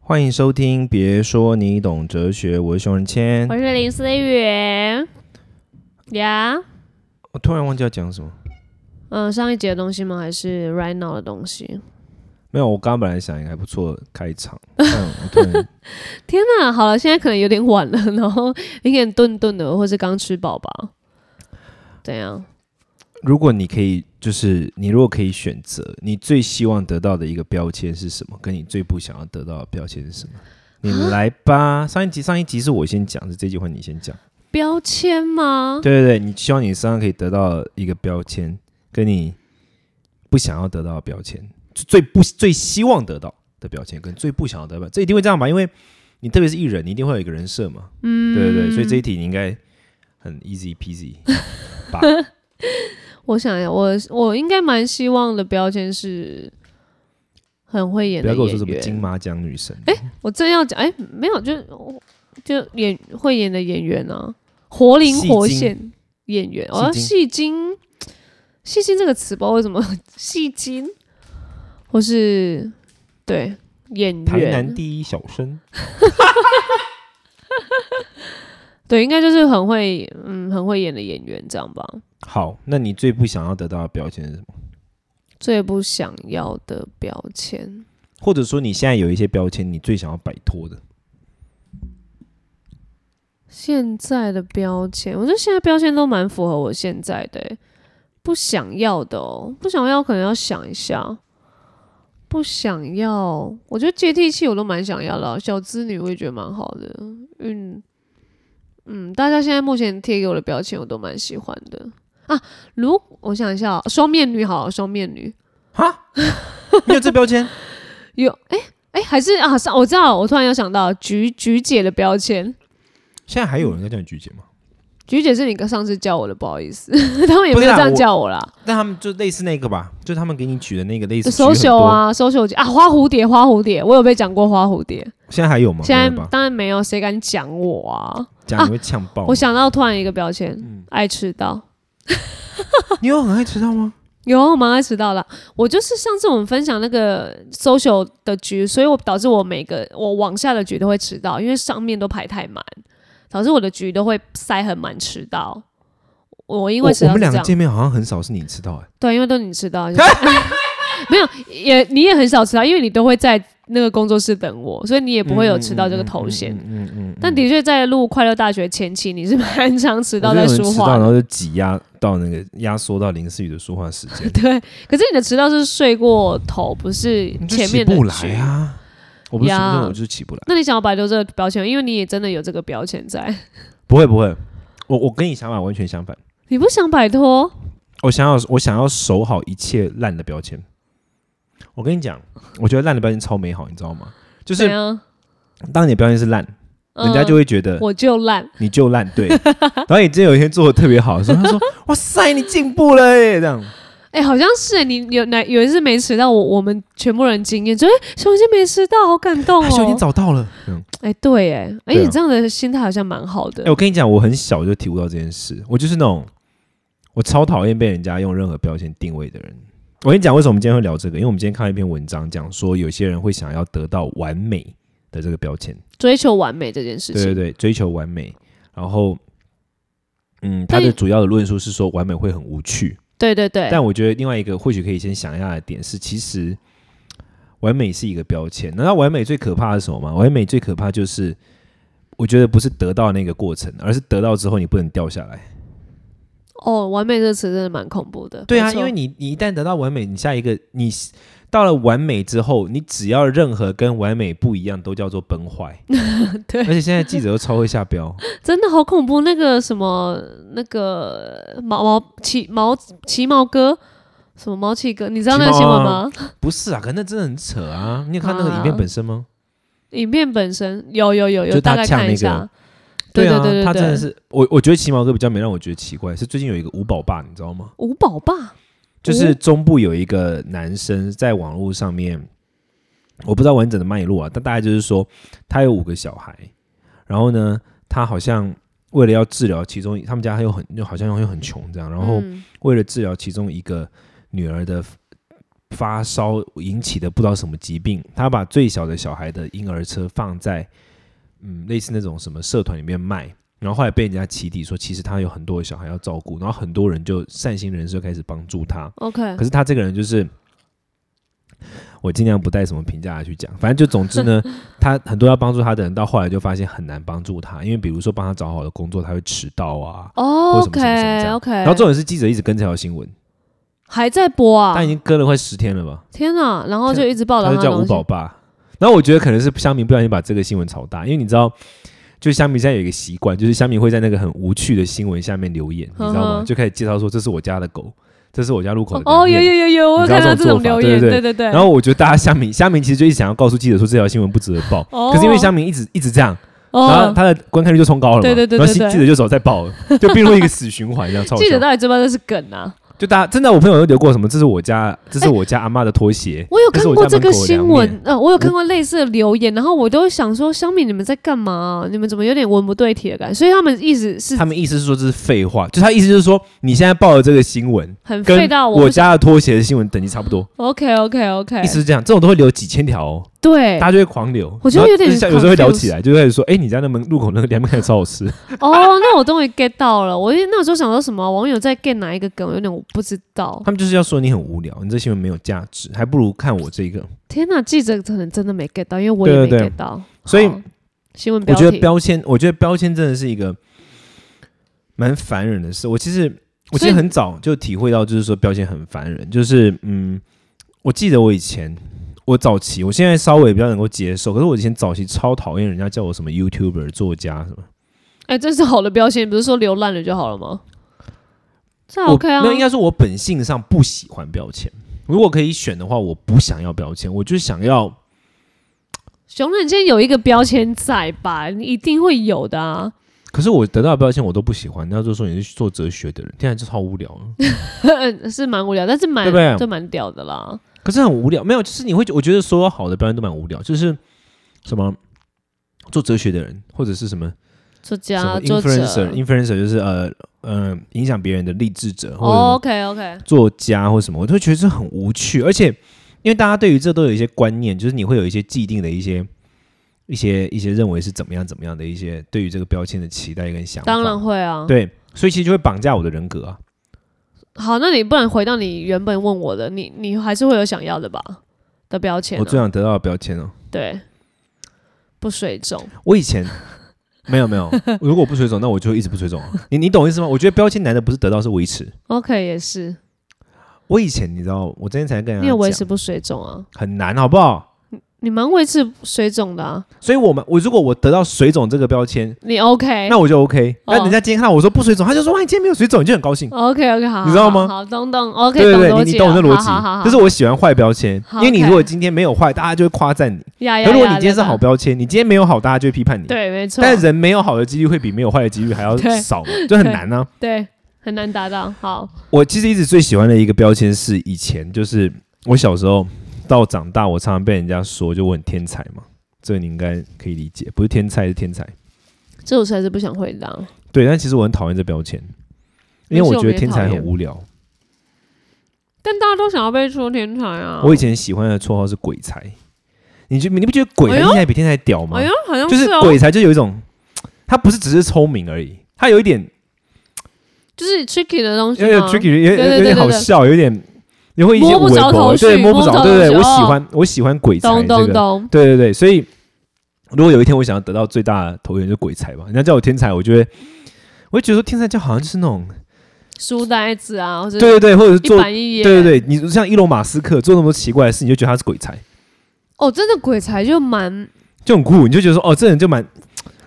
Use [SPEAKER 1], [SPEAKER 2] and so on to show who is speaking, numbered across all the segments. [SPEAKER 1] 欢迎收听，别说你懂哲学，我是熊仁谦
[SPEAKER 2] 我。是林思远呀。
[SPEAKER 1] 我突然忘记要讲什么，
[SPEAKER 2] 嗯，上一节的东西吗？还是 right now 的东西？
[SPEAKER 1] 没有，我刚刚本来想一个还不错的开 场，但嗯我突然
[SPEAKER 2] 天哪，好了，现在可能有点晚了，然后有点顿顿的，或是刚吃饱吧？怎样？
[SPEAKER 1] 如果你可以，就是你如果可以选择，你最希望得到的一个标签是什么？跟你最不想要得到的标签是什么？你来吧，上一集上一集是我先讲，是这句话你先讲。
[SPEAKER 2] 标签吗？
[SPEAKER 1] 对对对，你希望你身上可以得到一个标签，跟你不想要得到的标签，最不最希望得到的标签，跟最不想要得到的标签，这一定会这样吧？因为你特别是艺人，你一定会有一个人设嘛，嗯，对对对，所以这一题你应该很 easy peasy 吧？
[SPEAKER 2] 我想想，我我应该蛮希望的标签是很会演
[SPEAKER 1] 不
[SPEAKER 2] 的
[SPEAKER 1] 要
[SPEAKER 2] 演
[SPEAKER 1] 跟我说
[SPEAKER 2] 员。
[SPEAKER 1] 什么金马奖女神，
[SPEAKER 2] 我正要讲，哎、没有，就就演会演的演员啊，活灵活现演员。我要戏精，戏精这个词不知道为什么 戏精，或是对演
[SPEAKER 1] 台南
[SPEAKER 2] 员，
[SPEAKER 1] 第一小生，
[SPEAKER 2] 对，应该就是很会，嗯，很会演的演员，这样吧。
[SPEAKER 1] 好，那你最不想要得到的标签是什么？
[SPEAKER 2] 最不想要的标签，
[SPEAKER 1] 或者说你现在有一些标签，你最想要摆脱的？
[SPEAKER 2] 现在的标签，我觉得现在标签都蛮符合我现在的欸、不想要的哦、不想要可能要想一下，不想要，我觉得接地气我都蛮想要的啊、小资女我也觉得蛮好的，嗯嗯，大家现在目前贴给我的标签我都蛮喜欢的啊。如我想一下哦、双面女好了，双面女
[SPEAKER 1] 哈，没有这标签，
[SPEAKER 2] 有哎哎、还是啊，上我知道了，我突然又想到菊菊姐的标签，
[SPEAKER 1] 现在还有人在叫你菊姐吗？
[SPEAKER 2] 菊姐是你上次叫我的，不好意思， 他们也
[SPEAKER 1] 不是
[SPEAKER 2] 没有
[SPEAKER 1] 啦
[SPEAKER 2] 这
[SPEAKER 1] 我
[SPEAKER 2] 样叫我啦。
[SPEAKER 1] 但他们就类似那个吧，就他们给你取的那个类似。
[SPEAKER 2] 手朽，啊，手朽节啊，花蝴蝶，花蝴蝶，我有被讲过花蝴蝶，
[SPEAKER 1] 现在还有吗？
[SPEAKER 2] 现在
[SPEAKER 1] 哦没有吧
[SPEAKER 2] 当然没有，谁敢讲我啊？
[SPEAKER 1] 讲你会呛爆。
[SPEAKER 2] 我，想到突然一个标签，
[SPEAKER 1] 嗯，
[SPEAKER 2] 爱迟到，
[SPEAKER 1] 你有很爱迟到吗？
[SPEAKER 2] 有我蛮爱迟到的。我就是上次我们分享那个 social 的局，所以我导致我每个我往下的局都会迟到，因为上面都排太满，导致我的局都会塞很满迟到。我因为迟
[SPEAKER 1] 我
[SPEAKER 2] 到
[SPEAKER 1] 我们
[SPEAKER 2] 是
[SPEAKER 1] 两
[SPEAKER 2] 这
[SPEAKER 1] 个
[SPEAKER 2] 样，
[SPEAKER 1] 见面好像很少是你迟到哎、
[SPEAKER 2] 对，因为都你迟到， 没有也你也很少迟到，因为你都会在那个工作室等我，所以你也不会有迟到这个头衔。
[SPEAKER 1] 嗯嗯嗯嗯
[SPEAKER 2] 但的确，在录《快乐大学》前期，你是蛮常迟到在
[SPEAKER 1] 我觉得有人
[SPEAKER 2] 书
[SPEAKER 1] 迟到，
[SPEAKER 2] 画
[SPEAKER 1] 然
[SPEAKER 2] 的。，
[SPEAKER 1] 后就挤压到那个压缩到林思雨的说话时间
[SPEAKER 2] 对，可是你的迟到是睡过头，不是
[SPEAKER 1] 你就
[SPEAKER 2] 前面
[SPEAKER 1] 起
[SPEAKER 2] 的
[SPEAKER 1] 不来
[SPEAKER 2] 局。
[SPEAKER 1] 啊！我不是说
[SPEAKER 2] 呀
[SPEAKER 1] 我就是起不来，
[SPEAKER 2] 那你想要摆脱这个标签，因为你也真的有这个标签在，
[SPEAKER 1] 不会不会，我我跟你想法完全相反，
[SPEAKER 2] 你不想摆脱，
[SPEAKER 1] 我想要我想要守好一切烂的标签。我跟你讲，我觉得烂的标签超美好，你知道吗？就
[SPEAKER 2] 怎
[SPEAKER 1] 是
[SPEAKER 2] 样？
[SPEAKER 1] 当你的标签是烂，人家就
[SPEAKER 2] 会
[SPEAKER 1] 会觉得
[SPEAKER 2] 嗯我就烂，
[SPEAKER 1] 你就烂， 对。然后你真有一天做的特别好的时候，他说：“哇塞，你进步了哎！”这样，
[SPEAKER 2] 哎、好像是你你有哪有一次没迟到，我我们全部人惊艳，就哎，熊已经没迟到，好感动
[SPEAKER 1] 啊小天
[SPEAKER 2] 哦。
[SPEAKER 1] 找到了。嗯，
[SPEAKER 2] 哎、对，哎，哎、
[SPEAKER 1] 对啊
[SPEAKER 2] 你这样的心态好像蛮好的。
[SPEAKER 1] 哎，我跟你讲，我很小就体悟到这件事，我就是那种我超讨厌被人家用任何标签定位的人。我跟你讲，为什么我们今天会聊这个？因为我们今天看了一篇文章，讲说有些人会想要得到完美的这个标签，
[SPEAKER 2] 追求完美这件事情，
[SPEAKER 1] 对对对，追求完美。然后，嗯，他的
[SPEAKER 2] 但
[SPEAKER 1] 主要的论述是说完美会很无趣。
[SPEAKER 2] 对对对
[SPEAKER 1] 但我觉得另外一个或许可以先想一下的点是，其实完美是一个标签。难道完美最可怕的是什么吗？完美最可怕就是，我觉得不是得到那个过程，而是得到之后你不能掉下来。
[SPEAKER 2] 哦，完美这个词真的蛮恐怖的。
[SPEAKER 1] 对啊，
[SPEAKER 2] 没错
[SPEAKER 1] 因为你你一旦得到完美，你下一个你到了完美之后，你只要任何跟完美不一样，都叫做崩坏。
[SPEAKER 2] 对
[SPEAKER 1] 而且现在记者都超会下标，
[SPEAKER 2] 真的好恐怖，那个什么那个毛毛奇毛奇毛哥，什么毛奇哥，你知道那个
[SPEAKER 1] 奇
[SPEAKER 2] 新
[SPEAKER 1] 毛
[SPEAKER 2] 闻
[SPEAKER 1] 啊
[SPEAKER 2] 吗？
[SPEAKER 1] 不是啊？可那真的很扯啊！你有看那个影
[SPEAKER 2] 啊
[SPEAKER 1] 片本身吗？
[SPEAKER 2] 影片本身有有有
[SPEAKER 1] 就
[SPEAKER 2] 有，
[SPEAKER 1] 他
[SPEAKER 2] 大概
[SPEAKER 1] 呛
[SPEAKER 2] 看
[SPEAKER 1] 那
[SPEAKER 2] 一
[SPEAKER 1] 个
[SPEAKER 2] 下。对
[SPEAKER 1] 对
[SPEAKER 2] 对
[SPEAKER 1] 啊，
[SPEAKER 2] 对对，
[SPEAKER 1] 他
[SPEAKER 2] 对
[SPEAKER 1] 真的是我，我觉得奇毛哥比较没让我觉得奇怪，是最近有一个五宝爸，你知道吗？
[SPEAKER 2] 五宝爸，
[SPEAKER 1] 就是中部有一个男生在网络上面，我不知道完整的脉络啊，但大概就是说他有五个小孩，然后呢，他好像为了要治疗其中，他们家又很又好像又很穷这样，然后
[SPEAKER 2] 嗯
[SPEAKER 1] 为了治疗其中一个女儿的发烧引起的不知道什么疾病，他把最小的小孩的婴儿车放在嗯类似那种什么社团里面卖，然后后来被人家起底说，其实他有很多的小孩要照顾，然后很多人就善心人士就开始帮助他，
[SPEAKER 2] OK，
[SPEAKER 1] 可是他这个人就是，我尽量不带什么评价来去讲，反正就总之 呢，他很多要帮助他的人，到后来就发现很难帮助他，因为比如说帮他找好的工作，他会迟到啊。
[SPEAKER 2] 哦
[SPEAKER 1] 或什么什么什么这样
[SPEAKER 2] ，OK OK，
[SPEAKER 1] 然后重点是记者一直跟这条新闻，
[SPEAKER 2] 还在播啊
[SPEAKER 1] 他！已经跟了快十天了吧，
[SPEAKER 2] 天哪，然后就一直报道
[SPEAKER 1] 他就
[SPEAKER 2] 他的
[SPEAKER 1] 叫
[SPEAKER 2] 东
[SPEAKER 1] 五
[SPEAKER 2] 西
[SPEAKER 1] 宝爸。然后我觉得可能是乡民不小心把这个新闻炒大，因为你知道，就乡民现在有一个习惯，就是乡民会在那个很无趣的新闻下面留言，你知道
[SPEAKER 2] 嗯
[SPEAKER 1] 吗？
[SPEAKER 2] 哼
[SPEAKER 1] 就开始介绍说这是我家的狗，这是我家路口的
[SPEAKER 2] 哦，
[SPEAKER 1] 凉
[SPEAKER 2] 有
[SPEAKER 1] 面
[SPEAKER 2] 有有有，我有
[SPEAKER 1] 你知道
[SPEAKER 2] 看到
[SPEAKER 1] 这
[SPEAKER 2] 这
[SPEAKER 1] 种
[SPEAKER 2] 种
[SPEAKER 1] 做法
[SPEAKER 2] 留
[SPEAKER 1] 对
[SPEAKER 2] 言，
[SPEAKER 1] 对
[SPEAKER 2] 对对对。
[SPEAKER 1] 然后我觉得大家乡民，乡民其实就一直想要告诉记者说这条新闻不值得报，
[SPEAKER 2] 哦
[SPEAKER 1] 可是因为乡民一直一直这样，然后
[SPEAKER 2] 哦，
[SPEAKER 1] 他的观看率就冲高了嘛，
[SPEAKER 2] 对对对对
[SPEAKER 1] 然后记
[SPEAKER 2] 对
[SPEAKER 1] 记者就少再报了，就并入一个死循环，这样超好
[SPEAKER 2] 记者
[SPEAKER 1] 笑。
[SPEAKER 2] 到底知不知道这是梗啊？
[SPEAKER 1] 就大家真的，我朋友有留过什么，这是我家，这是我家阿妈的拖鞋，
[SPEAKER 2] 我有
[SPEAKER 1] 这
[SPEAKER 2] 看
[SPEAKER 1] 是我
[SPEAKER 2] 过
[SPEAKER 1] 家
[SPEAKER 2] 这
[SPEAKER 1] 门
[SPEAKER 2] 个
[SPEAKER 1] 口的凉
[SPEAKER 2] 新
[SPEAKER 1] 面
[SPEAKER 2] 闻，呃，我有看过类似的留言，然后我都会想说，香米你们在干嘛？啊你们怎么有点文不对题的感觉？所以他们意思是
[SPEAKER 1] 他们意思是说这是废话，就他意思就是说你现在报的这个新闻
[SPEAKER 2] 很废
[SPEAKER 1] 跟
[SPEAKER 2] 到
[SPEAKER 1] 我
[SPEAKER 2] 不哎
[SPEAKER 1] 家的拖鞋的新闻等级差不多，
[SPEAKER 2] OK OK OK，
[SPEAKER 1] 意思是这样，这种都会留几千条、哦，
[SPEAKER 2] 对
[SPEAKER 1] 大家就会狂留。
[SPEAKER 2] 哎我觉得有点
[SPEAKER 1] 然后像有时候会聊
[SPEAKER 2] confused
[SPEAKER 1] 起来，就会说，哎，你家那门路口那个凉面超好吃，
[SPEAKER 2] 哦，那我终于 get 到了。我那时候想到什么网友在 get 哪一个梗，有点我不知道。
[SPEAKER 1] 他们就是要说你很无聊，你这新闻没有价值，还不如看我这个。
[SPEAKER 2] 天哪，记者可能真的没 get 到，因为我也
[SPEAKER 1] 对
[SPEAKER 2] 没
[SPEAKER 1] 对对
[SPEAKER 2] get 到。
[SPEAKER 1] 所以
[SPEAKER 2] 好新闻
[SPEAKER 1] 我
[SPEAKER 2] 标
[SPEAKER 1] 觉得
[SPEAKER 2] 题，
[SPEAKER 1] 标签，我觉得标签真的是一个蛮烦人的事。我其实我其
[SPEAKER 2] 所以
[SPEAKER 1] 实很早就体会到，就是说标签很烦人。就是嗯，我记得我以前我早期，我现在稍微比较能够接受，可是我以前早期超讨厌人家叫我什么 YouTuber、作家什么。
[SPEAKER 2] 哎，这是好的标签，不是说浏烂了就好了吗？这还
[SPEAKER 1] 我
[SPEAKER 2] OK 啊
[SPEAKER 1] 没，有应该说我本性上不喜欢标签。如果可以选的话，我不想要标签，我就想要
[SPEAKER 2] 熊人今天有一个标签在吧，你一定会有的啊。
[SPEAKER 1] 可是我得到的标签我都不喜欢，那就说你是做哲学的人，听起来就超无聊啊的
[SPEAKER 2] 是蛮无聊，但是蛮
[SPEAKER 1] 对不对
[SPEAKER 2] 这蛮屌的啦。
[SPEAKER 1] 可是很无聊，没有，就是你会觉，我觉得所有好的标签都蛮无聊，就是什么做哲学的人，或者是什么
[SPEAKER 2] 作
[SPEAKER 1] 什
[SPEAKER 2] 家、
[SPEAKER 1] 么
[SPEAKER 2] 作啊者哦
[SPEAKER 1] influencer，influencer 就是呃呃影响别人的励志者，或者什么
[SPEAKER 2] 哦，OK OK，
[SPEAKER 1] 作家或什么，我都会觉得这很无趣，而且因为大家对于这都有一些观念，就是你会有一些既定的一些。一些一些认为是怎么样怎么样的一些对于这个标签的期待跟想法，
[SPEAKER 2] 当然会啊。
[SPEAKER 1] 对，所以其实就会绑架我的人格啊。
[SPEAKER 2] 好，那你不然回到你原本问我的，你你还是会有想要的吧的标签啊、
[SPEAKER 1] 我最想得到的标签哦，
[SPEAKER 2] 对，不水肿。
[SPEAKER 1] 我以 前没有没有，如果我不水肿，那我就一直不水肿啊。你你懂我意思吗？我觉得标签难的不是得到，是维持。
[SPEAKER 2] OK，也是，
[SPEAKER 1] 我以前你知道，我今天才跟人
[SPEAKER 2] 你有
[SPEAKER 1] 家
[SPEAKER 2] 维
[SPEAKER 1] 讲，
[SPEAKER 2] 持不水肿啊？
[SPEAKER 1] 很难，好不好？
[SPEAKER 2] 你蛮维持水肿的啊，
[SPEAKER 1] 所以我们我如果我得到水肿这个标签，
[SPEAKER 2] 你 OK？
[SPEAKER 1] 那我就 OK。
[SPEAKER 2] 哦
[SPEAKER 1] 那人家今天看到我说不水肿，他就说哇，你今天没有水肿，你就很高兴。
[SPEAKER 2] OK OK 好，
[SPEAKER 1] 你知道吗
[SPEAKER 2] 好，好懂懂 OK，
[SPEAKER 1] 对对
[SPEAKER 2] 懂
[SPEAKER 1] 对，
[SPEAKER 2] 逻
[SPEAKER 1] 你
[SPEAKER 2] 辑
[SPEAKER 1] 你
[SPEAKER 2] 了，
[SPEAKER 1] 懂我的逻
[SPEAKER 2] 好好好
[SPEAKER 1] 辑，
[SPEAKER 2] 好
[SPEAKER 1] 就是我喜欢坏标签，因
[SPEAKER 2] 好
[SPEAKER 1] 为你
[SPEAKER 2] OK
[SPEAKER 1] 如果今天没有坏，大家就会夸赞你；
[SPEAKER 2] 呀呀
[SPEAKER 1] 可如果你
[SPEAKER 2] 呀
[SPEAKER 1] 今天是
[SPEAKER 2] 对的
[SPEAKER 1] 好标签，你今天没有好，大家就会批判你。
[SPEAKER 2] 对，没错，
[SPEAKER 1] 但人没有好的几率会比没有坏的几率还要
[SPEAKER 2] 对
[SPEAKER 1] 少嘛，就很
[SPEAKER 2] 对
[SPEAKER 1] 难呢、啊
[SPEAKER 2] 对很难达到。好，
[SPEAKER 1] 我其实一直最喜欢的一个标签是以前就是我小时候到长大，我常常被人家说就我很天才嘛，这个你应该可以理解，不是天才是天才。
[SPEAKER 2] 这我实在是不想回答。
[SPEAKER 1] 对，但其实我很讨厌这标签，因为我觉得天才很无聊。
[SPEAKER 2] 但大家都想要被说天才啊！
[SPEAKER 1] 我以前喜欢的绰号是鬼才，你觉你不觉得鬼才
[SPEAKER 2] 哎呦
[SPEAKER 1] 现在比天才屌吗？
[SPEAKER 2] 哎呀，好像
[SPEAKER 1] 就是
[SPEAKER 2] 哦，
[SPEAKER 1] 鬼才就有一种，他不是只是聪明而已，他有一点
[SPEAKER 2] 就是 tricky 的东西
[SPEAKER 1] 有
[SPEAKER 2] 吗，
[SPEAKER 1] 点 tricky，有点有
[SPEAKER 2] 对对对
[SPEAKER 1] 点
[SPEAKER 2] 对
[SPEAKER 1] 好
[SPEAKER 2] 对
[SPEAKER 1] 笑，有点你会一些
[SPEAKER 2] 摸
[SPEAKER 1] 微
[SPEAKER 2] 不着
[SPEAKER 1] 博
[SPEAKER 2] 头
[SPEAKER 1] 对，
[SPEAKER 2] 绪
[SPEAKER 1] 摸不
[SPEAKER 2] 摸不
[SPEAKER 1] 着，
[SPEAKER 2] 着
[SPEAKER 1] 对对，
[SPEAKER 2] 头绪
[SPEAKER 1] 我喜
[SPEAKER 2] 哦
[SPEAKER 1] 欢我喜欢鬼才
[SPEAKER 2] 懂
[SPEAKER 1] 这
[SPEAKER 2] 懂
[SPEAKER 1] 个。
[SPEAKER 2] 懂，
[SPEAKER 1] 对对对，所以如果有一天我想要得到最大的投缘，就是鬼才吧。人家叫我天才，我觉得，我会觉得说天才就好像就是那种，
[SPEAKER 2] 书呆子啊，或者
[SPEAKER 1] 对对对，或者是
[SPEAKER 2] 一
[SPEAKER 1] 做，
[SPEAKER 2] 板一眼，
[SPEAKER 1] 对对对，你像伊隆马斯克做那么多奇怪的事，你就觉得他是鬼才，
[SPEAKER 2] 哦，真的鬼才就蛮
[SPEAKER 1] 就很酷，你就觉得说哦，这人就蛮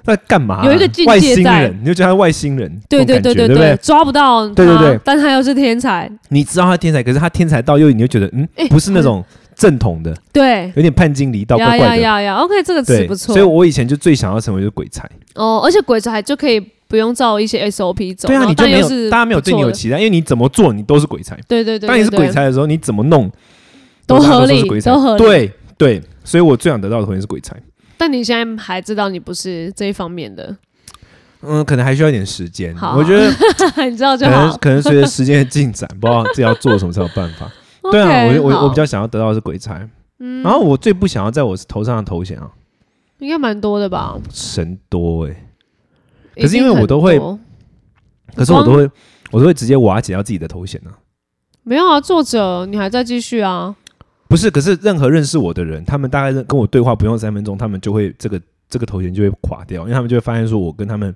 [SPEAKER 1] 在干嘛啊、
[SPEAKER 2] 有一个境界
[SPEAKER 1] 外星
[SPEAKER 2] 在
[SPEAKER 1] 人，你就觉得他是外星人，
[SPEAKER 2] 对
[SPEAKER 1] 这种
[SPEAKER 2] 对
[SPEAKER 1] 感
[SPEAKER 2] 对
[SPEAKER 1] 觉
[SPEAKER 2] 对
[SPEAKER 1] 对不对？
[SPEAKER 2] 抓不到他，
[SPEAKER 1] 对对对
[SPEAKER 2] 但他又是天才，
[SPEAKER 1] 你知道他天才，可是他天才到又你就觉得嗯
[SPEAKER 2] 哎，
[SPEAKER 1] 不是那种正统的，
[SPEAKER 2] 对，
[SPEAKER 1] 有点叛经离道，
[SPEAKER 2] 呀
[SPEAKER 1] 怪
[SPEAKER 2] 呀
[SPEAKER 1] 怪的。
[SPEAKER 2] 呀呀，OK，这个词
[SPEAKER 1] 对，
[SPEAKER 2] 不错
[SPEAKER 1] 所以，我以前就最想要成为就是鬼才。
[SPEAKER 2] 哦，而且鬼才就可以不用照一些 SOP 走，
[SPEAKER 1] 对啊，
[SPEAKER 2] 然后
[SPEAKER 1] 你就
[SPEAKER 2] 但
[SPEAKER 1] 没
[SPEAKER 2] 又
[SPEAKER 1] 有
[SPEAKER 2] 是
[SPEAKER 1] 大家没有对你有
[SPEAKER 2] 不错的，
[SPEAKER 1] 期待，因为你怎么做你都是鬼才。
[SPEAKER 2] 对对对，
[SPEAKER 1] 当你是
[SPEAKER 2] 对
[SPEAKER 1] 鬼，才的时候，你怎么弄
[SPEAKER 2] 都合
[SPEAKER 1] 大家
[SPEAKER 2] 理
[SPEAKER 1] 说是鬼才
[SPEAKER 2] 都合理
[SPEAKER 1] 对对，所以我最想得到的回应是鬼才。
[SPEAKER 2] 对但你现在还知道你不是这一方面的，
[SPEAKER 1] 嗯，可能还需要一点时间。
[SPEAKER 2] 好啊
[SPEAKER 1] 我觉得
[SPEAKER 2] 你知道就
[SPEAKER 1] 可能
[SPEAKER 2] 好
[SPEAKER 1] 可能随着时间的进展，不知道自己要做什么才有办法。对啊，我
[SPEAKER 2] OK，
[SPEAKER 1] 就我我比
[SPEAKER 2] 好
[SPEAKER 1] 较想要得到的是鬼差，
[SPEAKER 2] 嗯，
[SPEAKER 1] 然后我最不想要在我头上的头衔啊，
[SPEAKER 2] 应该蛮多的吧？
[SPEAKER 1] 神多哎、
[SPEAKER 2] 一
[SPEAKER 1] 可是因为
[SPEAKER 2] 定很
[SPEAKER 1] 我都会
[SPEAKER 2] 多
[SPEAKER 1] 可是我
[SPEAKER 2] 光
[SPEAKER 1] 都会我都会直接瓦解掉自己的头衔啊。
[SPEAKER 2] 没有啊，作者你还在继续啊？
[SPEAKER 1] 不是，可是任何认识我的人，他们大概认跟我对话不用三分钟，他们就会这个这个头衔就会垮掉，因为他们就会发现说我跟他们，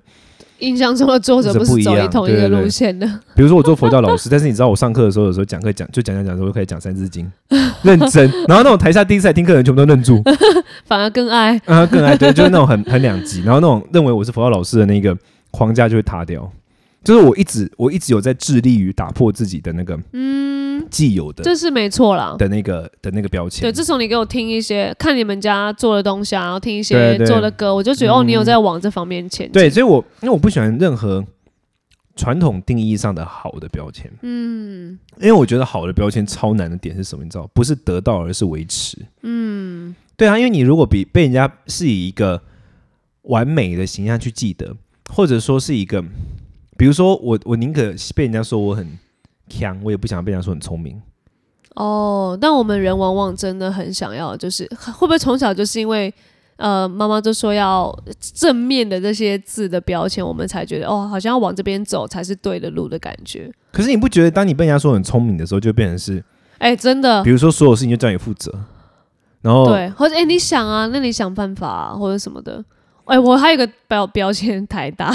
[SPEAKER 2] 印象中的作者
[SPEAKER 1] 这
[SPEAKER 2] 不
[SPEAKER 1] 不
[SPEAKER 2] 是
[SPEAKER 1] 一
[SPEAKER 2] 走
[SPEAKER 1] 样
[SPEAKER 2] 同一
[SPEAKER 1] 对
[SPEAKER 2] 个
[SPEAKER 1] 对对
[SPEAKER 2] 路线的，
[SPEAKER 1] 比如说我做佛教老师，但是你知道我上课的时候，有时候讲课讲就讲讲讲的时候，我就开始讲三字经， 认真，然后那种台下第一次来听课的人全部都愣
[SPEAKER 2] 嗯
[SPEAKER 1] 住，
[SPEAKER 2] 反而更爱。
[SPEAKER 1] 啊，更爱对，就是那种很很两极，嗯然后那种认为我是佛教老师的那个框架就会塌掉，就是我一直我一直有在致力于打破自己的那个
[SPEAKER 2] 嗯，
[SPEAKER 1] 既有的
[SPEAKER 2] 这是没错啦。
[SPEAKER 1] 的那个的那个标
[SPEAKER 2] 对，
[SPEAKER 1] 签，
[SPEAKER 2] 自从你给我听一些看你们家做的东西啊，然后听一
[SPEAKER 1] 对
[SPEAKER 2] 些
[SPEAKER 1] 对嗯
[SPEAKER 2] 做的歌，我就觉得、哦，你有在往这方面前进。
[SPEAKER 1] 对，所以我因为我不喜欢任何传统定义上的好的标签，
[SPEAKER 2] 嗯
[SPEAKER 1] 因为我觉得好的标签超难的点是什么？你知道，不是得到，而是维持。
[SPEAKER 2] 嗯，
[SPEAKER 1] 对啊，因为你如果比被人家是以一个完美的形象去记得，或者说是一个，比如说我我宁可被人家说我很强，我也不想被人家说很聪明。
[SPEAKER 2] 哦，但我们人往往真的很想要，就是会不会从小就是因为呃，妈妈就说要正面的这些字的标签，我们才觉得哦，好像要往这边走才是对的路的感觉。
[SPEAKER 1] 可是你不觉得，当你被人家说很聪明的时候，就变成是，
[SPEAKER 2] 哎，真的
[SPEAKER 1] 比，如说所有事情就叫你负责，然后
[SPEAKER 2] 对，或者哎、你想啊，那你想办法、啊、或者什么的。哎、我还有一个标标签台大，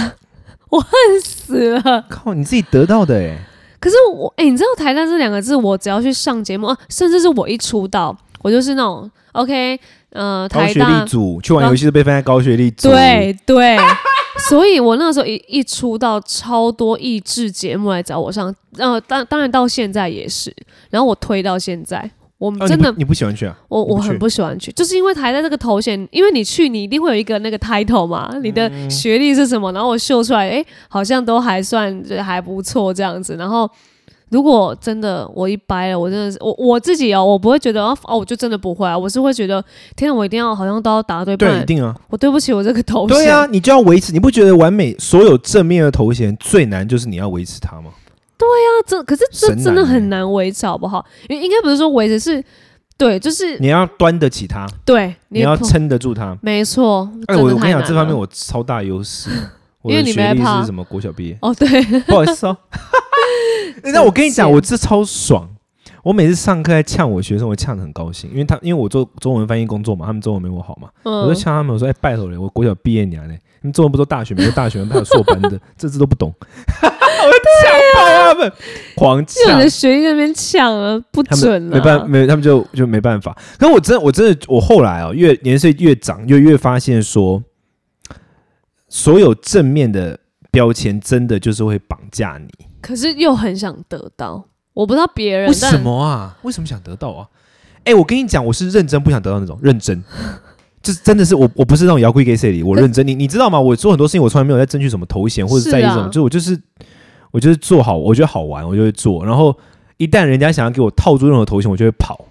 [SPEAKER 2] 我恨死了。
[SPEAKER 1] 靠你自己得到的哎、
[SPEAKER 2] 可是我哎、你知道台大这两个字，我只要去上节目，啊、甚至是我一出道，我就是那种 OK，呃，
[SPEAKER 1] 高
[SPEAKER 2] 台
[SPEAKER 1] 学历
[SPEAKER 2] 大，
[SPEAKER 1] 组去玩游戏是被分在高学历组，哦
[SPEAKER 2] 对对。 所以我那个时候一一出道，超多益智节目来找我上，呃，当当然到现在也是，然后我推到现在，我
[SPEAKER 1] 哦，
[SPEAKER 2] 真
[SPEAKER 1] 你
[SPEAKER 2] 的
[SPEAKER 1] 不你不喜欢去啊？
[SPEAKER 2] 我
[SPEAKER 1] 你不
[SPEAKER 2] 我
[SPEAKER 1] 去
[SPEAKER 2] 很不喜欢去，就是因为台在这个头衔，因为你去你一定会有一个那个 title 嘛，你的
[SPEAKER 1] 嗯
[SPEAKER 2] 学历是什么，然后我秀出来，哎，好像都还算就还不错这样子。然后如果真的我一掰了，我真的是我我自己哦，我不会觉得哦哦，我就真的不会啊，我是会觉得天啊，我一定要好像都要答对，不
[SPEAKER 1] 对，
[SPEAKER 2] 然
[SPEAKER 1] 一定啊。
[SPEAKER 2] 我对不起我这个头衔。
[SPEAKER 1] 对啊，你就要维持，你不觉得完美所有正面的头衔最难就是你要维持它吗？
[SPEAKER 2] 那这可是这
[SPEAKER 1] 神难
[SPEAKER 2] 真的
[SPEAKER 1] 欸
[SPEAKER 2] 很难维持好不好？因为应该不是说维持是，对，就是
[SPEAKER 1] 你要端得起它，
[SPEAKER 2] 对，
[SPEAKER 1] 你要
[SPEAKER 2] 碰
[SPEAKER 1] 撑得住它。
[SPEAKER 2] 没错。
[SPEAKER 1] 哎，
[SPEAKER 2] 真
[SPEAKER 1] 我
[SPEAKER 2] 的
[SPEAKER 1] 我跟
[SPEAKER 2] 太
[SPEAKER 1] 你讲，
[SPEAKER 2] 难
[SPEAKER 1] 这方面
[SPEAKER 2] 了
[SPEAKER 1] 我超大优 势，我
[SPEAKER 2] 因为
[SPEAKER 1] 的
[SPEAKER 2] 你
[SPEAKER 1] 学历
[SPEAKER 2] 没怕，
[SPEAKER 1] 是什么国小毕业
[SPEAKER 2] 哦对。
[SPEAKER 1] 不好意思 哦。那我跟你讲，
[SPEAKER 2] 贱
[SPEAKER 1] 我这超爽。我每次上课在呛我学生，我呛得很高兴，因为他因为我做中文翻译工作嘛，他们中文没我好嘛，我
[SPEAKER 2] 嗯
[SPEAKER 1] 就，呛他们我说：“哎，拜托了，我国小毕业年嘞，你们中文不都大学没有大学，还有硕班的，这字都不懂。” 我就呛爆他们，狂
[SPEAKER 2] 啊就有
[SPEAKER 1] 呛
[SPEAKER 2] 的。学历那边抢了，不
[SPEAKER 1] 他们
[SPEAKER 2] 准了，
[SPEAKER 1] 没办没，他们就就没办法。可我真的我真的我后来哦，越年岁越长，越越发现说，所有正面的标签真的就是会绑架你。
[SPEAKER 2] 可是又很想得到，我不知道别人
[SPEAKER 1] 为什，么啊？为什么想得到啊？哎、我跟你讲，我是认真不想得到那种认真。 就是真的是我，我不是那种摇滚给谁里，我
[SPEAKER 2] 可
[SPEAKER 1] 认真。你你知道吗？我做很多事情，我从来没有在争取什么头衔或者
[SPEAKER 2] 是
[SPEAKER 1] 在意
[SPEAKER 2] 啊
[SPEAKER 1] 什么，就我就是我就是做好，我觉得好玩，我就会做。然后一旦人家想要给我套住任何头衔，我就会跑。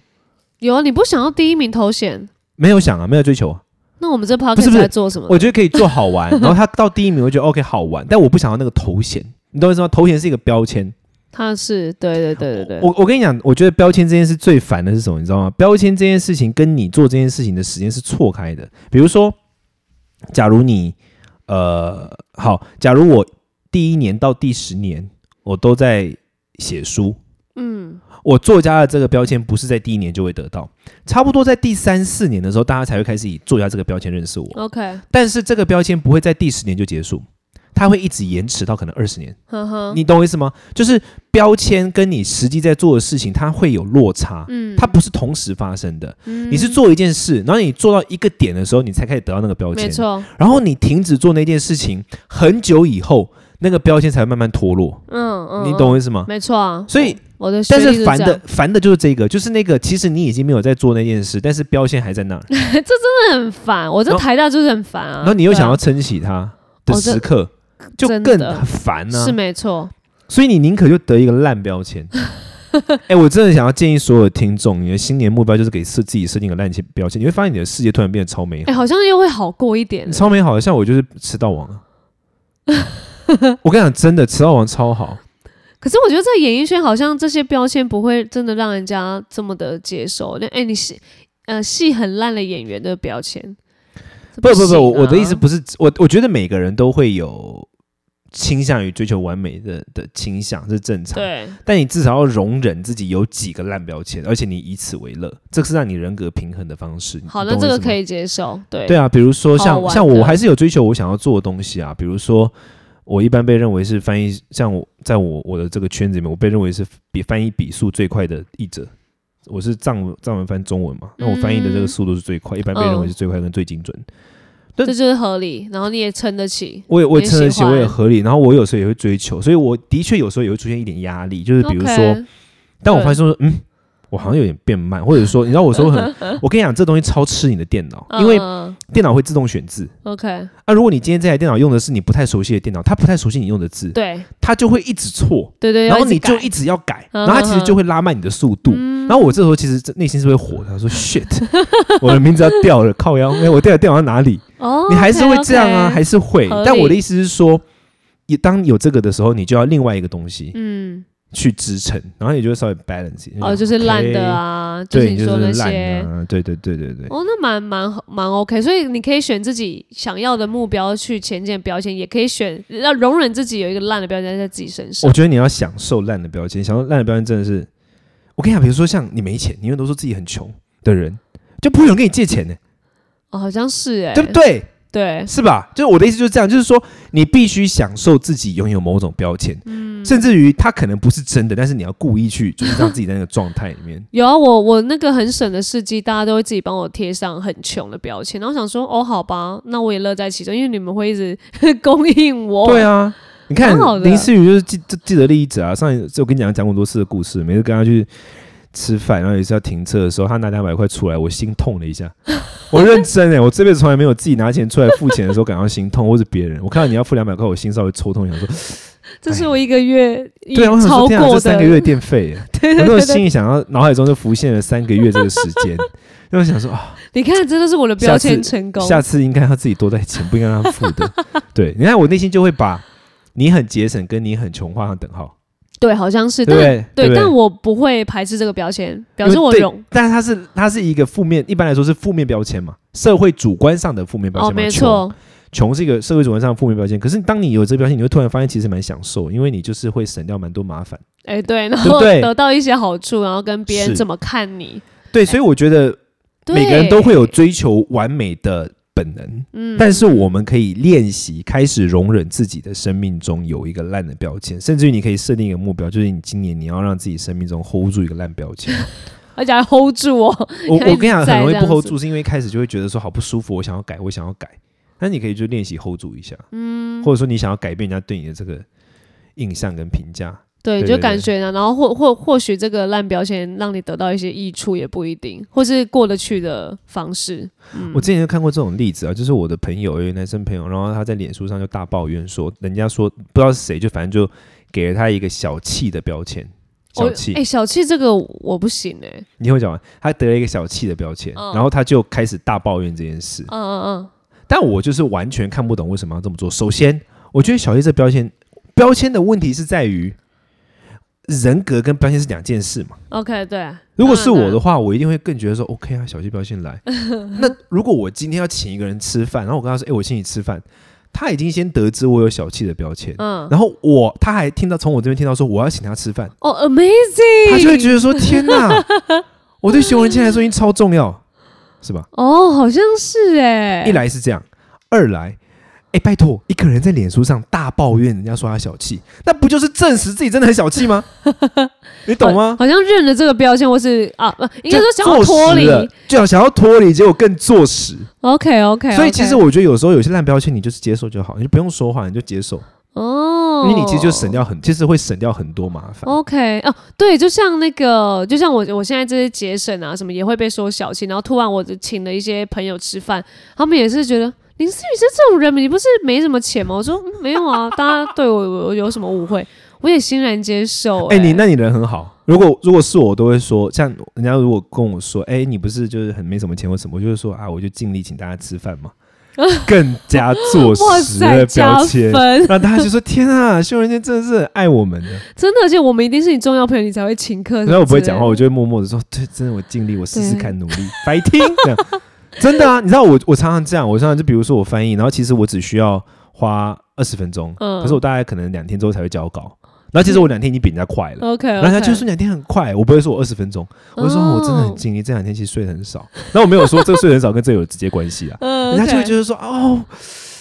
[SPEAKER 2] 有啊你不想要第一名头衔，
[SPEAKER 1] 没有想啊，没有追求啊。
[SPEAKER 2] 那我们这 p o
[SPEAKER 1] 不
[SPEAKER 2] d c
[SPEAKER 1] 是不
[SPEAKER 2] a s
[SPEAKER 1] 是
[SPEAKER 2] 在做什么？
[SPEAKER 1] 我觉得可以做好玩，然后他到第一名，我就觉得 OK 好玩，但我不想要那个头衔，你懂我意思吗？头衔是一个标签。
[SPEAKER 2] 他是对对对对对，
[SPEAKER 1] 我我跟你讲，我觉得标签这件事最烦的是什么，你知道吗？标签这件事情跟你做这件事情的时间是错开的。比如说，假如你呃，好，假如我第一年到第十年我都在写书，
[SPEAKER 2] 嗯，
[SPEAKER 1] 我作家的这个标签不是在第一年就会得到，差不多在第三四年的时候，大家才会开始以作家这个标签认识我。
[SPEAKER 2] OK，
[SPEAKER 1] 但是这个标签不会在第十年就结束，它会一直延迟到可能二十年。
[SPEAKER 2] 呵呵，
[SPEAKER 1] 你懂我意思吗？就是标签跟你实际在做的事情，它会有落差，
[SPEAKER 2] 嗯，
[SPEAKER 1] 它不是同时发生的。
[SPEAKER 2] 嗯
[SPEAKER 1] 你是做一件事，然后你做到一个点的时候，你才开始得到那个标
[SPEAKER 2] 没
[SPEAKER 1] 签。
[SPEAKER 2] 错，
[SPEAKER 1] 然后你停止做那件事情很久以后，那个标签才会慢慢脱落。
[SPEAKER 2] 嗯嗯，
[SPEAKER 1] 你懂
[SPEAKER 2] 嗯，
[SPEAKER 1] 我意思吗？
[SPEAKER 2] 没错啊，
[SPEAKER 1] 所以，
[SPEAKER 2] 我的学
[SPEAKER 1] 但
[SPEAKER 2] 历
[SPEAKER 1] 是
[SPEAKER 2] 这
[SPEAKER 1] 烦
[SPEAKER 2] 样
[SPEAKER 1] 的烦的就是这个，就是那个，其实你已经没有在做那件事，但是标签还在那儿，
[SPEAKER 2] 真的很烦，我这
[SPEAKER 1] 然后
[SPEAKER 2] 台大就是很烦啊，
[SPEAKER 1] 然后你又想要
[SPEAKER 2] 对
[SPEAKER 1] 撑起它的
[SPEAKER 2] 哦这
[SPEAKER 1] 时刻，就
[SPEAKER 2] 真
[SPEAKER 1] 更
[SPEAKER 2] 的
[SPEAKER 1] 烦呢、
[SPEAKER 2] 啊是没错，
[SPEAKER 1] 所以你宁可就得一个烂标 签。哎、我真的想要建议所有的听众，你的新年目标就是给设自己设定一个烂标签，你会发现你的世界突然变得超美好，
[SPEAKER 2] 哎，好像又会好过一点，
[SPEAKER 1] 超美好的。像 我就是迟到王啊，我跟你讲，真的迟到王超好。
[SPEAKER 2] 可是我觉得在演艺圈好像这些标签不会真的让人家这么的接受。那哎、你戏呃戏很烂的演员的标签，这
[SPEAKER 1] 不不
[SPEAKER 2] 行
[SPEAKER 1] 不，
[SPEAKER 2] 啊
[SPEAKER 1] 我我的意思不是我，我觉得每个人都会有倾向于追求完美的的倾向，是正常。
[SPEAKER 2] 对
[SPEAKER 1] 但你至少要容忍自己有几个烂标签，而且你以此为乐，这是让你人格平衡的方式。
[SPEAKER 2] 好，那这个可
[SPEAKER 1] 以。
[SPEAKER 2] 以接受，对
[SPEAKER 1] 对啊，比如说
[SPEAKER 2] 好
[SPEAKER 1] 像
[SPEAKER 2] 玩
[SPEAKER 1] 像我
[SPEAKER 2] 的
[SPEAKER 1] 还是有追求我想要做的东西啊，比如说我一般被认为是翻译，像我在我我的这个圈子里面，我被认为是比翻译笔速最快的译者。我是藏文藏文翻中文嘛，那我翻译的这个
[SPEAKER 2] 嗯
[SPEAKER 1] 速度是最快，一般被认为是最快跟最精准。
[SPEAKER 2] 这就是合理，然后你也撑得起。
[SPEAKER 1] 我也我也
[SPEAKER 2] 你
[SPEAKER 1] 承认
[SPEAKER 2] 喜
[SPEAKER 1] 起，我也
[SPEAKER 2] 欢
[SPEAKER 1] 合理，然后我有时候也会追求，所以我的确有时候也会出现一点压力，就是比如说
[SPEAKER 2] OK，
[SPEAKER 1] 但我
[SPEAKER 2] 对
[SPEAKER 1] 发现说，嗯，我好像有点变慢，或者说，你知道我说 很，我跟你讲，这东西超吃你的电脑，因为
[SPEAKER 2] 嗯
[SPEAKER 1] 电脑会自动选字。
[SPEAKER 2] OK
[SPEAKER 1] 啊，如果你今天这台电脑用的是你不太熟悉的电脑，它不太熟悉你用的字，
[SPEAKER 2] 对
[SPEAKER 1] 它就会一直错，
[SPEAKER 2] 对对，
[SPEAKER 1] 然后
[SPEAKER 2] 要直
[SPEAKER 1] 你就
[SPEAKER 2] 改
[SPEAKER 1] 一直要改，
[SPEAKER 2] 嗯
[SPEAKER 1] 然后它其实就会拉慢你的速度。然后我这时候其实内心是会火的， 说 shit，我的名字要掉了，靠腰，哎，我掉了电脑在哪里？
[SPEAKER 2] 哦，
[SPEAKER 1] 你还是会这样啊，还
[SPEAKER 2] 是
[SPEAKER 1] 是会
[SPEAKER 2] 合。
[SPEAKER 1] 但我的
[SPEAKER 2] 理
[SPEAKER 1] 意思是说，也当有这个的时候，你就要另外一个东西
[SPEAKER 2] 嗯
[SPEAKER 1] 去支撑，然后你就会稍微 balance 一下。
[SPEAKER 2] 哦，就是烂的
[SPEAKER 1] OK
[SPEAKER 2] 啊，是
[SPEAKER 1] 对，
[SPEAKER 2] 你
[SPEAKER 1] 就
[SPEAKER 2] 说那
[SPEAKER 1] 是
[SPEAKER 2] 些
[SPEAKER 1] 烂啊，对对对对对，
[SPEAKER 2] 哦，那蛮蛮蛮 OK，所以你可以选自己想要的目标去前进的标签，也可以选要容忍自己有一个烂的标签在自己身上
[SPEAKER 1] 我。觉得你要享受烂的标签，享受烂的标签真的是，我跟你讲，比如说像你没钱，你永远都说自己很穷的人，就不会有人跟你借钱呢、
[SPEAKER 2] 哦，好像是哎、
[SPEAKER 1] 对不对？
[SPEAKER 2] 对
[SPEAKER 1] 是吧？就是我的意思就是这样，就是说你必须享受自己拥有某种标签，甚至于它可能不是真的，但是你要故意去，就是让自己在那个状态里面。
[SPEAKER 2] 有啊，我我那个很省的事迹，大家都会自己帮我贴上很穷的标签，然后想说哦，好吧，那我也乐在其中，因为你们会一直 供应我。
[SPEAKER 1] 对啊，你看
[SPEAKER 2] 蛮好的
[SPEAKER 1] 林思雨就是既既既得利益者啊。上一次我跟你讲讲过很多次的故事，每次跟他去吃饭，然后有一次要停车的时候，他拿两百块出来，我心痛了一 下。我认真哎、我这辈子从来没有自己拿钱出来付钱的时候感到心痛，或是别人。我看到你要付两百块，我心稍微抽痛， 想说，
[SPEAKER 2] 这是我一个月已
[SPEAKER 1] 对啊，我想
[SPEAKER 2] 超
[SPEAKER 1] 说，天啊，
[SPEAKER 2] 过
[SPEAKER 1] 这三个月
[SPEAKER 2] 的
[SPEAKER 1] 的电费、 欸，
[SPEAKER 2] 对
[SPEAKER 1] 我
[SPEAKER 2] 对
[SPEAKER 1] 那种
[SPEAKER 2] 对
[SPEAKER 1] 心
[SPEAKER 2] 对，
[SPEAKER 1] 里想要，脑海中就浮现了三个月这个时 间。因为我想说啊，
[SPEAKER 2] 你看，这就是我的标
[SPEAKER 1] 下次
[SPEAKER 2] 签成功。
[SPEAKER 1] 下次应该他自己多带钱，不应该让他付 的。对，你看我内心就会把你很节省跟你很穷画上等号。
[SPEAKER 2] 对，好像是，
[SPEAKER 1] 对
[SPEAKER 2] 但
[SPEAKER 1] 不对？
[SPEAKER 2] 对，
[SPEAKER 1] 不
[SPEAKER 2] 但我不会排斥这个标签，表示
[SPEAKER 1] 因为
[SPEAKER 2] 我
[SPEAKER 1] 对
[SPEAKER 2] 容。
[SPEAKER 1] 但是它是它是一个负面，一般来说是负面标签嘛，社会主观上的负面标签
[SPEAKER 2] 哦，
[SPEAKER 1] 嘛。
[SPEAKER 2] 没错，
[SPEAKER 1] 穷，穷是一个社会主观上的负面标签。可是当你有这个标签，你会突然发现其实蛮享受，因为你就是会省掉蛮多麻烦。
[SPEAKER 2] 哎、对，然
[SPEAKER 1] 对不
[SPEAKER 2] 后
[SPEAKER 1] 对
[SPEAKER 2] 得到一些好处，然后跟别人
[SPEAKER 1] 是
[SPEAKER 2] 怎么看你，
[SPEAKER 1] 对，所以我觉得
[SPEAKER 2] 哎对
[SPEAKER 1] 每个人都会有追求完美的本能，
[SPEAKER 2] 嗯
[SPEAKER 1] 但是我们可以练习开始容忍自己的生命中有一个烂的标签，甚至于你可以设定一个目标，就是你今年你要让自己生命中 hold 住一个烂标签。
[SPEAKER 2] 而且还 hold 住哦 我，
[SPEAKER 1] 我我
[SPEAKER 2] 可以
[SPEAKER 1] 跟你讲，
[SPEAKER 2] 在
[SPEAKER 1] 很容易
[SPEAKER 2] 这
[SPEAKER 1] 不
[SPEAKER 2] 样
[SPEAKER 1] hold
[SPEAKER 2] 子嗯
[SPEAKER 1] 住，是因为一开始就会觉得说好不舒服，我想要改，我想要改。那你可以就练习 hold 住一下，嗯，或者说你想要改变人家对你的这个印象跟评价，
[SPEAKER 2] 对，
[SPEAKER 1] 对
[SPEAKER 2] 就
[SPEAKER 1] 对
[SPEAKER 2] 感
[SPEAKER 1] 对
[SPEAKER 2] 觉呢，然后或或或许这个烂标签让你得到一些益处也不一定，或是过得去的方式，嗯
[SPEAKER 1] 我之前就看过这种例子啊，就是我的朋友，有一个男生朋友，然后他在脸书上就大抱怨说，人家说不知道是谁，就反正就给了他一个小气的标签，
[SPEAKER 2] 我
[SPEAKER 1] 小气
[SPEAKER 2] 哎、，小气这个我不行哎、
[SPEAKER 1] 你会讲完，他得了一个小气的标签，
[SPEAKER 2] 嗯
[SPEAKER 1] 然后他就开始大抱怨这件事。
[SPEAKER 2] 嗯嗯嗯，
[SPEAKER 1] 但我就是完全看不懂为什么要这么做。首先，我觉得小叶这标签标签的问题是在于人格跟标签是两件事嘛。
[SPEAKER 2] OK，对。
[SPEAKER 1] 如果是我的
[SPEAKER 2] 话，
[SPEAKER 1] 话，我一定会更觉得说 OK 啊，小气标签来。那如果我今天要请一个人吃饭，然后我跟他说：“哎、我请你吃饭。”他已经先得知我有小气的标签，
[SPEAKER 2] 嗯，
[SPEAKER 1] 然后我他还听到从我这边听到说我要请他吃饭，
[SPEAKER 2] 哦、a m a z i n g
[SPEAKER 1] 他就会觉得说：“天哪，我对熊仁谦来说已经超重要，是吧？”
[SPEAKER 2] 哦，好像是哎、
[SPEAKER 1] 一来是这样，二来，哎、拜托，一个人在脸书上大抱怨人家说他小气，那不就是证实自己真的很小 气吗？你懂吗？
[SPEAKER 2] 好好像认了这个标签，或是啊，不，应
[SPEAKER 1] 就
[SPEAKER 2] 该说想
[SPEAKER 1] 坐
[SPEAKER 2] 要脱
[SPEAKER 1] 实
[SPEAKER 2] 离。
[SPEAKER 1] 了就想要脱离，结果更坐实。
[SPEAKER 2] OK OK，
[SPEAKER 1] 所以其实我觉得有时候有些烂标签，你就是接受就好，你就不用说话，你就接受，
[SPEAKER 2] 哦，
[SPEAKER 1] 因为你其实就省。掉很，其实会省掉很多麻烦。
[SPEAKER 2] OK，哦，对，就像那个，就像我我现在这些节省啊，什么也会被说小气。然后突然我就请了一些朋友吃饭，他们也是觉得林思雨是这种人吗，你不是没什么钱吗？我说、嗯没有啊，大家对我我有什么误会，我也欣然接受、
[SPEAKER 1] 哎、
[SPEAKER 2] 哎、
[SPEAKER 1] 你那你人很好。如果如果是我，我都会说，像人 家如果跟我说，哎、你不是就是很没什么钱或什么，我就会说啊，我就尽力请大家吃饭嘛。更加坐
[SPEAKER 2] 哇
[SPEAKER 1] 实
[SPEAKER 2] 塞，
[SPEAKER 1] 的
[SPEAKER 2] 加
[SPEAKER 1] 标签，
[SPEAKER 2] 分，
[SPEAKER 1] 让大家就说：“天啊，秀人间真的是很爱我们 的。
[SPEAKER 2] 真的，而且我们一定是你重要朋友，你才会请客。”
[SPEAKER 1] 然后我不会讲话，我就会默默的说：“对，真的，我尽力，我试试
[SPEAKER 2] 对
[SPEAKER 1] 看，努力，白听。”这 样真的啊，你知道我我常常这样，我常常就比如说我翻译，然后其实我只需要花二十分钟，
[SPEAKER 2] 嗯
[SPEAKER 1] 可是我大概可能两天之后才会交稿。然后其实我两天已经比人家快了。
[SPEAKER 2] OK，
[SPEAKER 1] 然
[SPEAKER 2] 哦
[SPEAKER 1] 后他就说两天很快，我不会说我二十分钟，我就说哦我真的很尽力，这两天其实睡得很少。 然后我没有说这个睡得很少跟这个有直接关系 啊，
[SPEAKER 2] 嗯，
[SPEAKER 1] 人家就会觉
[SPEAKER 2] 得，
[SPEAKER 1] 得说哦，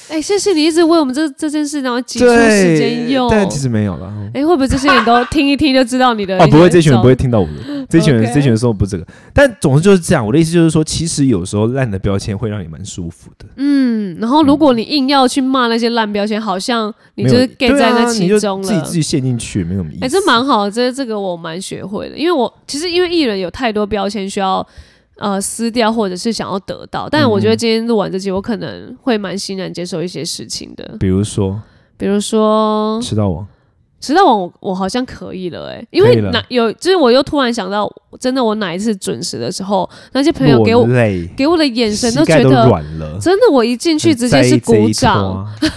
[SPEAKER 2] 哎，谢谢你一直为我们这这件事，然后挤出时间
[SPEAKER 1] 对
[SPEAKER 2] 用，。
[SPEAKER 1] 但其实没有了。哦
[SPEAKER 2] 哎，会不会这些人都听一听就知道你的？
[SPEAKER 1] 啊，
[SPEAKER 2] 你
[SPEAKER 1] 不
[SPEAKER 2] 的
[SPEAKER 1] 会，这群人
[SPEAKER 2] 招
[SPEAKER 1] 不会听到我的，这群人
[SPEAKER 2] OK
[SPEAKER 1] 这群人说不这个，但总之就是这样。我的意思就是说，其实有时候烂的标签会让你蛮舒服的，
[SPEAKER 2] 嗯，然后如果你硬要去骂那些烂标签，好像你
[SPEAKER 1] 没
[SPEAKER 2] 就
[SPEAKER 1] 有
[SPEAKER 2] 是 get
[SPEAKER 1] 对
[SPEAKER 2] 在那
[SPEAKER 1] 啊
[SPEAKER 2] 其
[SPEAKER 1] 你就
[SPEAKER 2] 中
[SPEAKER 1] 自己
[SPEAKER 2] 了。
[SPEAKER 1] 自己陷进去没什么意思。
[SPEAKER 2] 哎、这蛮好的，这这个我蛮学会的，因为我其实因为艺人有太多标签需要呃撕掉，或者是想要得到，但我觉
[SPEAKER 1] 嗯
[SPEAKER 2] 得今天录完这集，我可能会蛮欣然接受一些事情的，
[SPEAKER 1] 比如说
[SPEAKER 2] 比如说
[SPEAKER 1] 吃到网，
[SPEAKER 2] 迟到晚我我好像可以了、哎，因
[SPEAKER 1] 可
[SPEAKER 2] 为
[SPEAKER 1] 以了
[SPEAKER 2] 哪有就是我又突然想到，真的我哪一次准时的时候，那些朋友啊给我
[SPEAKER 1] 落泪，
[SPEAKER 2] 给我的眼神
[SPEAKER 1] 膝
[SPEAKER 2] 都觉
[SPEAKER 1] 盖都
[SPEAKER 2] 得。
[SPEAKER 1] 软了，
[SPEAKER 2] 真的，我一进去
[SPEAKER 1] 很
[SPEAKER 2] 直
[SPEAKER 1] 在
[SPEAKER 2] 接是
[SPEAKER 1] 意这
[SPEAKER 2] 鼓
[SPEAKER 1] 一
[SPEAKER 2] 掌，
[SPEAKER 1] 撮啊，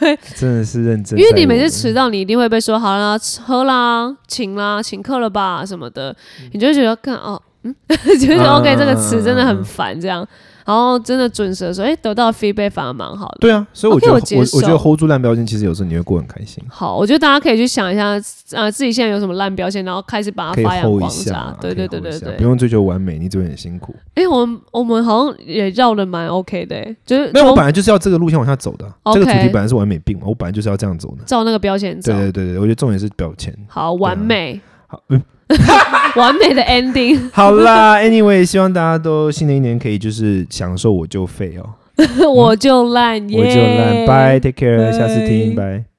[SPEAKER 2] 对，
[SPEAKER 1] 真的是认真在意
[SPEAKER 2] 因
[SPEAKER 1] 我
[SPEAKER 2] 为
[SPEAKER 1] 们。
[SPEAKER 2] 你每次迟到，你一定会被说好啦、喝啦、请啦、请客了吧什么的，你就会觉得看哦，嗯， 你就会觉得
[SPEAKER 1] 嗯
[SPEAKER 2] OK 这个
[SPEAKER 1] 嗯
[SPEAKER 2] 词
[SPEAKER 1] 嗯
[SPEAKER 2] 真的
[SPEAKER 1] 嗯
[SPEAKER 2] 很
[SPEAKER 1] 嗯
[SPEAKER 2] 烦这样。然后真的准时的时候，哎，得到 feedback 反而蛮好的。
[SPEAKER 1] 对啊，所以我
[SPEAKER 2] OK，
[SPEAKER 1] 觉得
[SPEAKER 2] 哦我
[SPEAKER 1] 我
[SPEAKER 2] 接
[SPEAKER 1] 我觉得
[SPEAKER 2] 受
[SPEAKER 1] hold 住烂标签，其实有时候你会过得很开心。
[SPEAKER 2] 好，我觉得大家可以去想一下，呃，自己现在有什么烂标签，然后开始把
[SPEAKER 1] 可
[SPEAKER 2] 它
[SPEAKER 1] 以
[SPEAKER 2] 啊发扬
[SPEAKER 1] hold 一
[SPEAKER 2] 光
[SPEAKER 1] 下啊
[SPEAKER 2] 大。，对
[SPEAKER 1] 可以
[SPEAKER 2] 对
[SPEAKER 1] hold
[SPEAKER 2] 对对
[SPEAKER 1] 一下
[SPEAKER 2] 对
[SPEAKER 1] 不。用追求完美，你只会很辛苦。
[SPEAKER 2] 哎，我们我们好像也绕的蛮 OK 的，哎就是
[SPEAKER 1] 没有，我
[SPEAKER 2] 从
[SPEAKER 1] 本来就是要这个路线往下走的啊，这
[SPEAKER 2] OK
[SPEAKER 1] 个主题本来是完美病嘛，我本来就是要这样走的。
[SPEAKER 2] 照那个标签走
[SPEAKER 1] 对。对对对，我觉得重点是表钱。
[SPEAKER 2] 好，完美
[SPEAKER 1] 好，嗯
[SPEAKER 2] 完美的 ending。
[SPEAKER 1] 好啦，Anyway，希望大家都新的一年可以就是享受我就废哦，
[SPEAKER 2] 我就烂，
[SPEAKER 1] 我就烂，
[SPEAKER 2] 耶
[SPEAKER 1] 拜，Take care，下次听，
[SPEAKER 2] 拜
[SPEAKER 1] 拜。